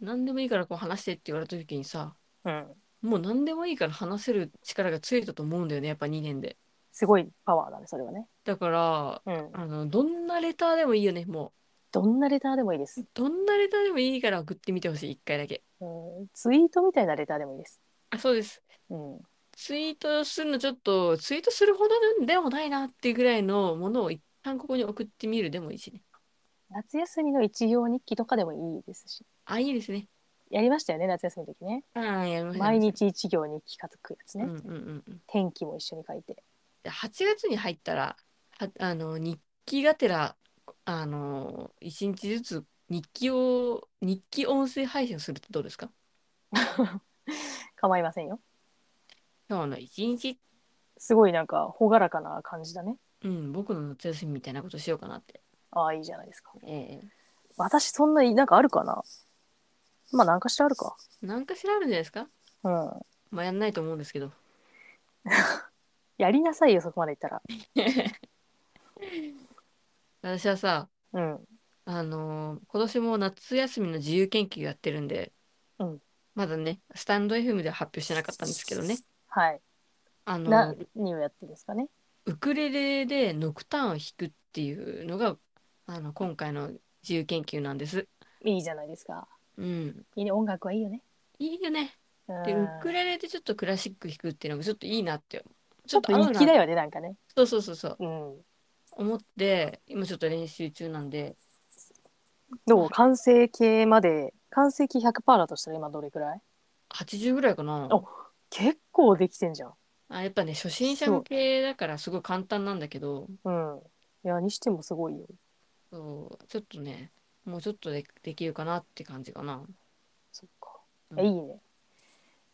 [SPEAKER 2] 何でもいいからこう話してって言われた時にさ、
[SPEAKER 1] うん。
[SPEAKER 2] もう何でもいいから話せる力がついたと思うんだよね、やっぱ2年で。
[SPEAKER 1] すごいパワーだね、それはね。
[SPEAKER 2] だから、
[SPEAKER 1] うん。
[SPEAKER 2] あの、どんなレターでもいいよね、も
[SPEAKER 1] どんなレターでもいいです
[SPEAKER 2] う。。どんなレターでもいいから送ってみてほしい、1回だけ。
[SPEAKER 1] うん、ツイートみたいなレターでもいいです。
[SPEAKER 2] あ、そうです。
[SPEAKER 1] うん。
[SPEAKER 2] ツイートするのちょっと、ツイートするほどでもないなっていうぐらいのものを一旦ここに送ってみるでもいいしね。
[SPEAKER 1] 夏休みの一行日記とかでもいいですし。
[SPEAKER 2] あ、いいですね。
[SPEAKER 1] やりましたよね、夏休みの時ね。
[SPEAKER 2] ああ、やりました
[SPEAKER 1] 毎。日一行日記書くやつ
[SPEAKER 2] うん
[SPEAKER 1] ね。
[SPEAKER 2] うんうんうん。
[SPEAKER 1] 天気も一緒に書いて。
[SPEAKER 2] で8月に入ったら、はあの、日記がてら、あの、1日ずつ日記を、日記音声配信をするってどうですか
[SPEAKER 1] 構いませんよ。
[SPEAKER 2] 今日の一日、
[SPEAKER 1] すごいなんか、朗らかな感じだね。
[SPEAKER 2] うん、僕の夏休みみたいなことしようかなって。
[SPEAKER 1] ああ、いいじゃないですか。
[SPEAKER 2] ええ
[SPEAKER 1] 私、そんなになんかあるかなまあ、なんかしらあるか。
[SPEAKER 2] なんかしらあるんじゃないですか
[SPEAKER 1] うん。
[SPEAKER 2] まあ、やんないと思うんですけど。
[SPEAKER 1] やりなさいよ、そこまでいったら。
[SPEAKER 2] 私はさ、
[SPEAKER 1] うん。
[SPEAKER 2] あのー今年も夏休みの自由研究やってるんで、
[SPEAKER 1] うん
[SPEAKER 2] まだね、スタンド FM では発表してなかったんですけどね。
[SPEAKER 1] はい。
[SPEAKER 2] あのー
[SPEAKER 1] 何をやってるんですかね。
[SPEAKER 2] ウクレレでノクターンを弾くっていうのが、あの、今回の自由研究なんです。
[SPEAKER 1] いいじゃないですか。
[SPEAKER 2] うん。
[SPEAKER 1] いいね、音楽はいいよね。
[SPEAKER 2] いいよね。
[SPEAKER 1] うん
[SPEAKER 2] で、ウクレレでちょっとクラシック弾くっていうのがちょっといいなって。
[SPEAKER 1] ちょっと
[SPEAKER 2] 合う
[SPEAKER 1] 日
[SPEAKER 2] な
[SPEAKER 1] 記だよね、なんかね。
[SPEAKER 2] そうそうそうそう。
[SPEAKER 1] うん。
[SPEAKER 2] 思って今ちょっと練習中なんで
[SPEAKER 1] どう完成形まで、完成形100%だとしたら今どれくらい
[SPEAKER 2] 80ぐらいかな
[SPEAKER 1] お結構できてんじゃん。
[SPEAKER 2] あやっぱね初心者向けだからすごい簡単なんだけど
[SPEAKER 1] うん。いや、にしてもすごいよ。
[SPEAKER 2] そうちょっとねもうちょっとでできるかなって感じかな
[SPEAKER 1] そっか。
[SPEAKER 2] うん
[SPEAKER 1] いやいいね。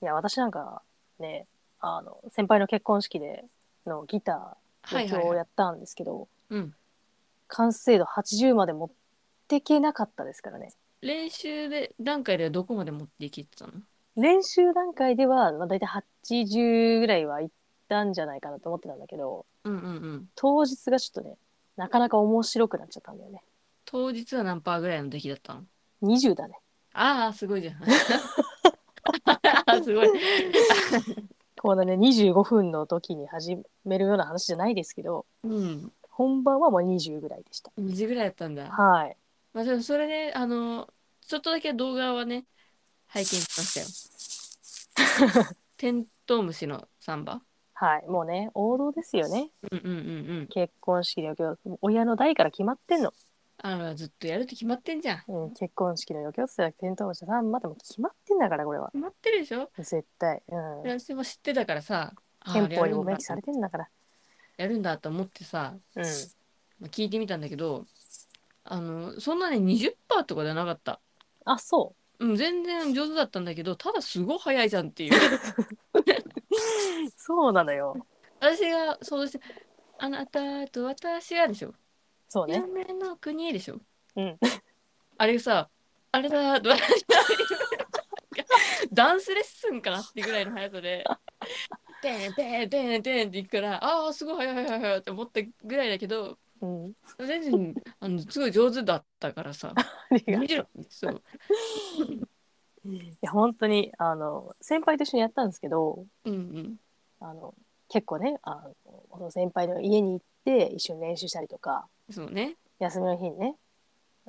[SPEAKER 1] いや、私なんかね、あの、先輩の結婚式でのギター
[SPEAKER 2] は
[SPEAKER 1] の
[SPEAKER 2] い
[SPEAKER 1] 今
[SPEAKER 2] はい、
[SPEAKER 1] 日
[SPEAKER 2] は
[SPEAKER 1] や
[SPEAKER 2] い、
[SPEAKER 1] ったんですけど、
[SPEAKER 2] うん
[SPEAKER 1] 完成度80まで持ってけなかったですからね。
[SPEAKER 2] 練習で段階ではどこまで持っていきってたの
[SPEAKER 1] 練習段階では、まあ、大体80ぐらいはいったんじゃないかなと思ってたんだけど
[SPEAKER 2] うんうんうん。
[SPEAKER 1] 当日がちょっとねなかなか面白くなっちゃったんだよね
[SPEAKER 2] 当日は何パーぐらいの出来だったの
[SPEAKER 1] 20だね
[SPEAKER 2] ああ、すごいじ [laughs] ゃん。あーすごい。
[SPEAKER 1] このね25分の時に始めるような話じゃないですけど
[SPEAKER 2] うん。
[SPEAKER 1] 本番はもう20ぐらいでした
[SPEAKER 2] 2時ぐらいだったんだ。
[SPEAKER 1] はい
[SPEAKER 2] まあ、でもそれね、あの、ちょっとだけ動画はね、拝見しましたよ。テントウムシのサンバ。
[SPEAKER 1] はいもうね王道ですよね
[SPEAKER 2] うんうんうんうん。
[SPEAKER 1] 結婚式の余興親の代から決まってんの、
[SPEAKER 2] あの、ずっとやるって決まってんじゃん。決
[SPEAKER 1] うん、結婚式の余興っつったら天童者さんまたも決まってんだからこれは
[SPEAKER 2] まってるでしょ
[SPEAKER 1] 絶対、うん、
[SPEAKER 2] 私も知ってたからさ、あ
[SPEAKER 1] 憲
[SPEAKER 2] ー
[SPEAKER 1] 法にも明
[SPEAKER 2] やるんだ
[SPEAKER 1] 記されてんだから
[SPEAKER 2] やるんだと思ってさ、
[SPEAKER 1] うん
[SPEAKER 2] まあ聞いてみたんだけど、あの、そんなね、20%とかじゃなかった。
[SPEAKER 1] あそ
[SPEAKER 2] うん、全然上手だったんだけど、ただすごい早いじゃんっ
[SPEAKER 1] [laughs]
[SPEAKER 2] ていう。
[SPEAKER 1] うそうなのよ
[SPEAKER 2] 私が想像して、あなたと私がでしょ。
[SPEAKER 1] そうね
[SPEAKER 2] 夢の国へでしょ。
[SPEAKER 1] うん
[SPEAKER 2] あれさ、あれだ、と私ダンスレッスンかなってぐらいの速さで、てんてんてんてんっていくから、ああ、すごい速い速い速いって思ったぐらいだけど、
[SPEAKER 1] [laughs] うん
[SPEAKER 2] 全然あのすごい上手だったからさ、
[SPEAKER 1] ありがとう
[SPEAKER 2] もちろん、
[SPEAKER 1] [laughs]
[SPEAKER 2] そう。
[SPEAKER 1] いや本当にあの先輩と一緒にやったんですけど
[SPEAKER 2] うんうん。
[SPEAKER 1] あの結構ねあのその先輩の家に行って一緒に練習したりとか
[SPEAKER 2] そうね。
[SPEAKER 1] 休みの日にね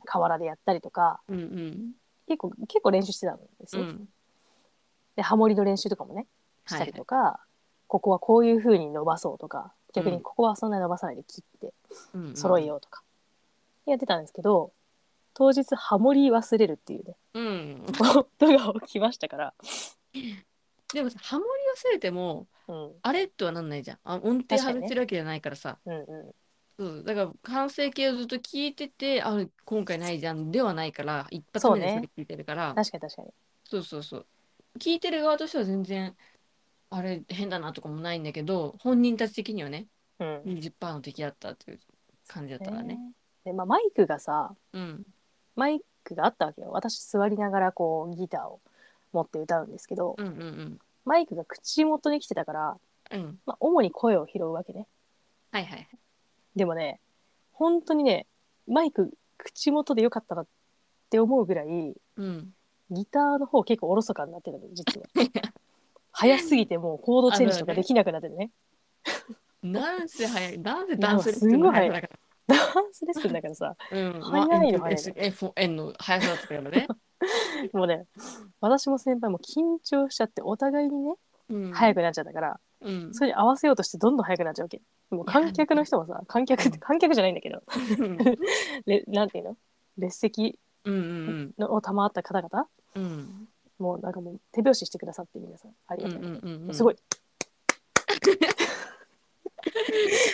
[SPEAKER 1] 河原でやったりとか
[SPEAKER 2] うんうん。
[SPEAKER 1] 結構結構練習してたんです
[SPEAKER 2] う
[SPEAKER 1] よ、
[SPEAKER 2] ん。
[SPEAKER 1] でハモリの練習とかもね
[SPEAKER 2] は
[SPEAKER 1] し
[SPEAKER 2] い
[SPEAKER 1] たりとか、ここはこういう風に伸ばそうとか逆
[SPEAKER 2] うん
[SPEAKER 1] にここはそんなに伸ばさないで切って
[SPEAKER 2] うんうん
[SPEAKER 1] 揃えようとか、やってたんですけど当日ハモリ忘れるっていうね [laughs]
[SPEAKER 2] うん。
[SPEAKER 1] ことが起きましたから、
[SPEAKER 2] でもさ、ハモリ忘れても、
[SPEAKER 1] うん、
[SPEAKER 2] あれとはなんないじゃん。あ音程
[SPEAKER 1] 確かにね
[SPEAKER 2] 外してるわけじゃないからさ。
[SPEAKER 1] うんう
[SPEAKER 2] そうだから完成形をずっと聞いててあ今回ないじゃんではないから一発目で
[SPEAKER 1] そう
[SPEAKER 2] そ
[SPEAKER 1] ね
[SPEAKER 2] れ聞いてるから
[SPEAKER 1] ん確かに確かに
[SPEAKER 2] そう,、そうそう聞いてる側としては全然あれ変だなとかもないんだけど本人たち的にはね
[SPEAKER 1] うん
[SPEAKER 2] 20%の敵だったっていう感じだったからね。
[SPEAKER 1] でまあ、マイクがさ
[SPEAKER 2] うん
[SPEAKER 1] マイクがあったわけよ私座りながらこうギターを持って歌うんですけど
[SPEAKER 2] うんうんうん
[SPEAKER 1] マイクが口元に来てたから、
[SPEAKER 2] うん
[SPEAKER 1] まあ、主に声を拾うわけね
[SPEAKER 2] はいはい
[SPEAKER 1] でもね本当にねマイク口元でよかったなって思うぐらい
[SPEAKER 2] うん
[SPEAKER 1] ギターの方結構おろそかになってたの実
[SPEAKER 2] [laughs]
[SPEAKER 1] は早すぎてもうコードチェンジとかできなくなってるね
[SPEAKER 2] なんせ早いなんせダンスレッス
[SPEAKER 1] す
[SPEAKER 2] ン
[SPEAKER 1] ごい
[SPEAKER 2] の速さだか
[SPEAKER 1] ダンスレッスンだからさ
[SPEAKER 2] らうん
[SPEAKER 1] 早い
[SPEAKER 2] まあ
[SPEAKER 1] よ早い
[SPEAKER 2] SFN の速さだったからね、
[SPEAKER 1] もうね私も先輩も緊張しちゃってお互いにね
[SPEAKER 2] うん、
[SPEAKER 1] 早くなっちゃったから、
[SPEAKER 2] うん
[SPEAKER 1] それに合わせようとしてどんどん速くなっちゃうわけ。もう観客の人もさ、観客って観客じゃないんだけど、 [laughs]
[SPEAKER 2] うん
[SPEAKER 1] れなんていうの列席
[SPEAKER 2] うんうん
[SPEAKER 1] のを賜った方々、
[SPEAKER 2] うん
[SPEAKER 1] もうなんかもう手拍子してくださって皆さん、あり
[SPEAKER 2] う
[SPEAKER 1] がた
[SPEAKER 2] ん
[SPEAKER 1] い。
[SPEAKER 2] うんうんうん
[SPEAKER 1] すごい。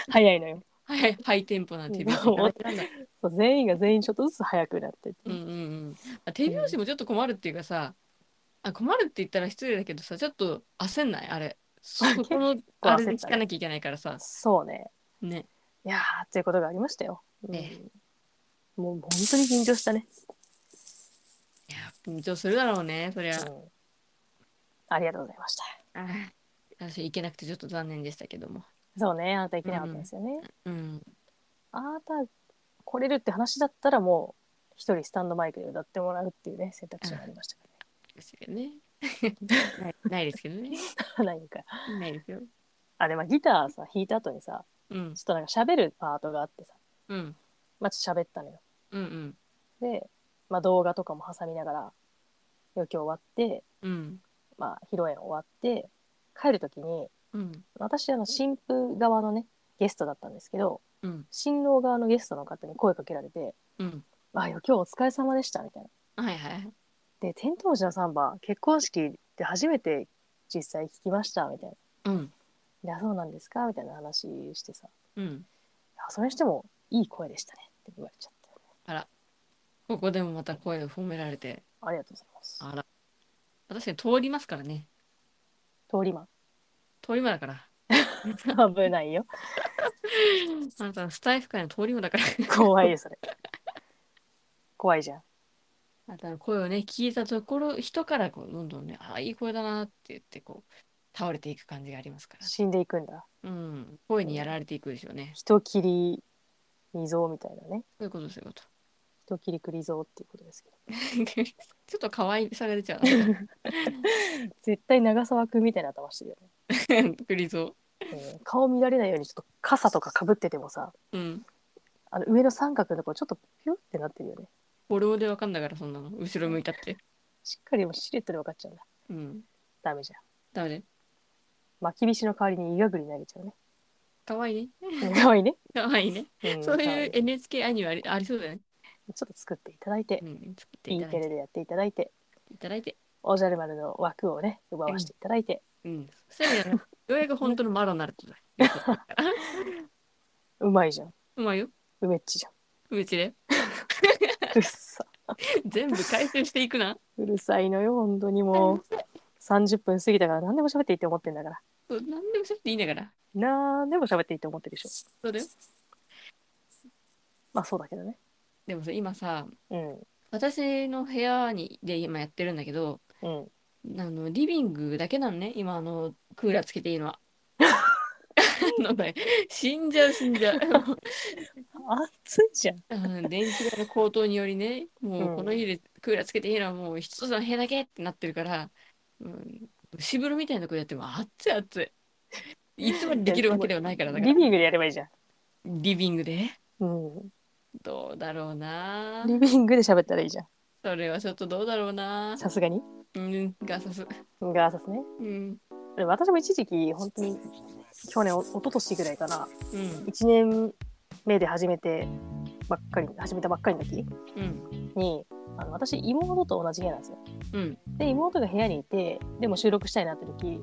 [SPEAKER 1] 早いのよ。
[SPEAKER 2] はい、ハイテンポな手拍
[SPEAKER 1] うん
[SPEAKER 2] 子。
[SPEAKER 1] そう全員が全員ちょっとずつ速くなってって、
[SPEAKER 2] うんうんうん。あ手拍子もちょっと困るっていうかさ、あ困るって言ったら失礼だけどさ、ちょっと焦んないあれ。そこの
[SPEAKER 1] たね
[SPEAKER 2] あれで聞かなきゃいけないからさ、
[SPEAKER 1] そうね。
[SPEAKER 2] ね。
[SPEAKER 1] いやーっていうことがありましたよ。うん
[SPEAKER 2] え
[SPEAKER 1] もう本当に緊張したね。
[SPEAKER 2] いや、緊張するだろうね、そりゃ
[SPEAKER 1] う。んありがとうございました。
[SPEAKER 2] あー私行けなくてちょっと残念でしたけども。
[SPEAKER 1] そうね、あなた行けなかったですよね。
[SPEAKER 2] うん。
[SPEAKER 1] あなた来れるって話だったらもう一人スタンドマイクで歌ってもらうっていうね選択肢がありましたか
[SPEAKER 2] ですけどね。ないないですけどね。
[SPEAKER 1] らね。何か
[SPEAKER 2] ないですよ。
[SPEAKER 1] [laughs] あでもギターさ弾いた後にさ
[SPEAKER 2] うん
[SPEAKER 1] ちょっとなんか喋るパートがあってさ
[SPEAKER 2] うん
[SPEAKER 1] まあちょっと喋ったのよ。
[SPEAKER 2] うんうん
[SPEAKER 1] で、まあ、動画とかも挟みながら余興終わって、
[SPEAKER 2] うん
[SPEAKER 1] まあ、披露宴終わって帰る時に
[SPEAKER 2] うん
[SPEAKER 1] 私あの新婦側のねゲストだったんですけど
[SPEAKER 2] うん
[SPEAKER 1] 新郎側のゲストの方に声かけられて
[SPEAKER 2] うん。
[SPEAKER 1] 「あ余興お疲れ様でした」みたいな。
[SPEAKER 2] はいはい。
[SPEAKER 1] で「天童寺のサンバ結婚式で初めて実際聞きました」みたいな
[SPEAKER 2] うん
[SPEAKER 1] 「いやそうなんですか?」みたいな話してさ
[SPEAKER 2] うん。
[SPEAKER 1] 「あそれにしてもいい声でしたね」って言われちゃって
[SPEAKER 2] あら、ここでもまた声を褒められて、
[SPEAKER 1] ありがとうございます
[SPEAKER 2] あら、確かに通りますからね。
[SPEAKER 1] 通り魔
[SPEAKER 2] 通り魔だから。
[SPEAKER 1] 危ないよ
[SPEAKER 2] あなた、スタイフ界の通り魔だから。
[SPEAKER 1] 怖いよそれ怖いじゃん
[SPEAKER 2] あとは声をね、聞いたところ、人からこう、どんどんね、ああ、いい声だなって言って、こう、倒れていく感じがありますから。
[SPEAKER 1] 死んでいくんだ
[SPEAKER 2] うん。声にやられていくでしょうね。
[SPEAKER 1] 人切り未蔵みたいなね
[SPEAKER 2] そういうこと、そういうこと。 [laughs]
[SPEAKER 1] 人切り栗蔵っていうことですけど
[SPEAKER 2] ちょっと可愛さが出ちゃうな。
[SPEAKER 1] 絶対長沢君みたいな頭してるよ
[SPEAKER 2] [laughs] 栗蔵。
[SPEAKER 1] ね、うん顔見られないようにちょっと傘とかかぶっててもさ
[SPEAKER 2] うん。
[SPEAKER 1] あの上の三角のところちょっとピュってなってるよね
[SPEAKER 2] フォローでわかんだから、そんなの。後ろ向いたって。
[SPEAKER 1] しっかりもうシルエットで分かっちゃうんだ
[SPEAKER 2] うん。
[SPEAKER 1] ダメじゃん
[SPEAKER 2] だめね。
[SPEAKER 1] まきびしの代わりにイガグリ投げちゃうね [laughs]
[SPEAKER 2] 可愛いね。
[SPEAKER 1] うんかわいいね、
[SPEAKER 2] 可愛いね。
[SPEAKER 1] うん
[SPEAKER 2] そう
[SPEAKER 1] かわい
[SPEAKER 2] い
[SPEAKER 1] う
[SPEAKER 2] NHK アニメありありそうだよね。
[SPEAKER 1] ちょっと作っていただいて
[SPEAKER 2] うん。作ってい
[SPEAKER 1] E
[SPEAKER 2] ただ
[SPEAKER 1] テ
[SPEAKER 2] い
[SPEAKER 1] レ
[SPEAKER 2] て。
[SPEAKER 1] でやっていただいて
[SPEAKER 2] いただいて。
[SPEAKER 1] おじゃる丸の枠をね奪わせていただいて、
[SPEAKER 2] うん。そういう意味ではね、ようやく本当のマロになるとだ。よかった
[SPEAKER 1] うまいじゃん
[SPEAKER 2] うまいよ。
[SPEAKER 1] うめっちじゃ
[SPEAKER 2] うちで。 [laughs]
[SPEAKER 1] んうるさ
[SPEAKER 2] 全部回収していくな。
[SPEAKER 1] うるさいのよ本当にもう30分過ぎたから何でも喋っていいって思ってんだから
[SPEAKER 2] そう何でもしゃっていいんだから。
[SPEAKER 1] 何でも喋っていいって思ってるでしょ
[SPEAKER 2] そうだよ。
[SPEAKER 1] まあそうだけどね
[SPEAKER 2] でもさ、今さ、
[SPEAKER 1] うん
[SPEAKER 2] 私の部屋にで今やってるんだけど、
[SPEAKER 1] うん
[SPEAKER 2] あのリビングだけなのね、今あのクーラーつけていいの [laughs] は。なんだよ死んじゃう死んじゃう。
[SPEAKER 1] 暑いじゃん
[SPEAKER 2] うん電気代の高騰によりね、も
[SPEAKER 1] う
[SPEAKER 2] うんこの家でクーラーつけていいのはもう一つの部屋だけってなってるから、うん、蒸風呂みたいなとこでやっても暑い暑い。いつまでできるわけではないからだか
[SPEAKER 1] リ
[SPEAKER 2] ら。
[SPEAKER 1] ビングでやればいいじゃん
[SPEAKER 2] リビングで
[SPEAKER 1] うん、
[SPEAKER 2] どうだろうな
[SPEAKER 1] リビングで喋ったらいいじゃん
[SPEAKER 2] それはちょっとどうだろうな
[SPEAKER 1] さすがに
[SPEAKER 2] うん、ガサス。
[SPEAKER 1] ガーサスね
[SPEAKER 2] うん。
[SPEAKER 1] でも私も一時期本当に去年お一昨年ぐらいかな
[SPEAKER 2] うん。
[SPEAKER 1] 1年目で始めてばっかり始めたばっかりの時
[SPEAKER 2] うん。
[SPEAKER 1] にあの私妹と同じ部屋なんですよ
[SPEAKER 2] うん。
[SPEAKER 1] で妹が部屋にいてでも収録したいなって時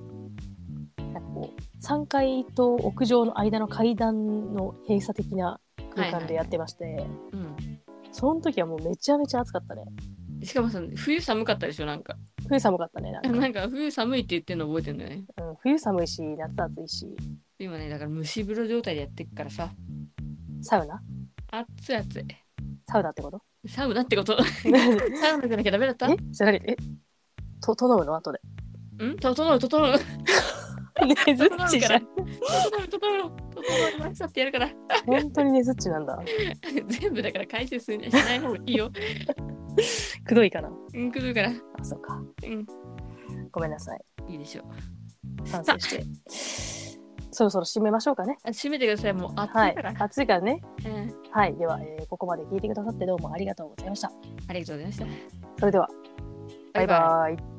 [SPEAKER 1] なんかこう3階と屋上の間の階段の閉鎖的な空間でやってまして、
[SPEAKER 2] う
[SPEAKER 1] その時はもうめちゃめちゃ暑かったね
[SPEAKER 2] ん。しかもさ、冬寒かったでしょ、なんか。
[SPEAKER 1] 冬寒かったねなんか
[SPEAKER 2] なんか冬寒いって言ってるの覚えてるんだよね。
[SPEAKER 1] うん、冬寒いし夏暑いし
[SPEAKER 2] 今ね、だから蒸し風呂状態でやってっからさ、
[SPEAKER 1] サウナ
[SPEAKER 2] 暑い暑い。
[SPEAKER 1] サウナってこと
[SPEAKER 2] サウナってこと。
[SPEAKER 1] え
[SPEAKER 2] サウナじゃなきゃダメだった
[SPEAKER 1] えじゃなくてえと整うの後で
[SPEAKER 2] ん整う、整う。
[SPEAKER 1] [laughs] ねずっ
[SPEAKER 2] 整うから。
[SPEAKER 1] ちじ
[SPEAKER 2] [laughs] 整
[SPEAKER 1] ゃん
[SPEAKER 2] う、整う。整いましたってやるから。 [laughs]
[SPEAKER 1] 本当にねずっちなんだ
[SPEAKER 2] 全部だから回収するしない方がいいよ。
[SPEAKER 1] くどいかな
[SPEAKER 2] うん、くるから。
[SPEAKER 1] あそうか
[SPEAKER 2] うん。
[SPEAKER 1] ごめんなさい
[SPEAKER 2] いいでしょう。
[SPEAKER 1] 反省してそろそろ締めましょうかね
[SPEAKER 2] あ閉めてください。もう暑いか
[SPEAKER 1] はい
[SPEAKER 2] ら。
[SPEAKER 1] 暑いからね
[SPEAKER 2] うん。
[SPEAKER 1] はいでは、えーここまで聞いてくださってどうもありがとうございました
[SPEAKER 2] ありがとうございました。
[SPEAKER 1] それではバイバイ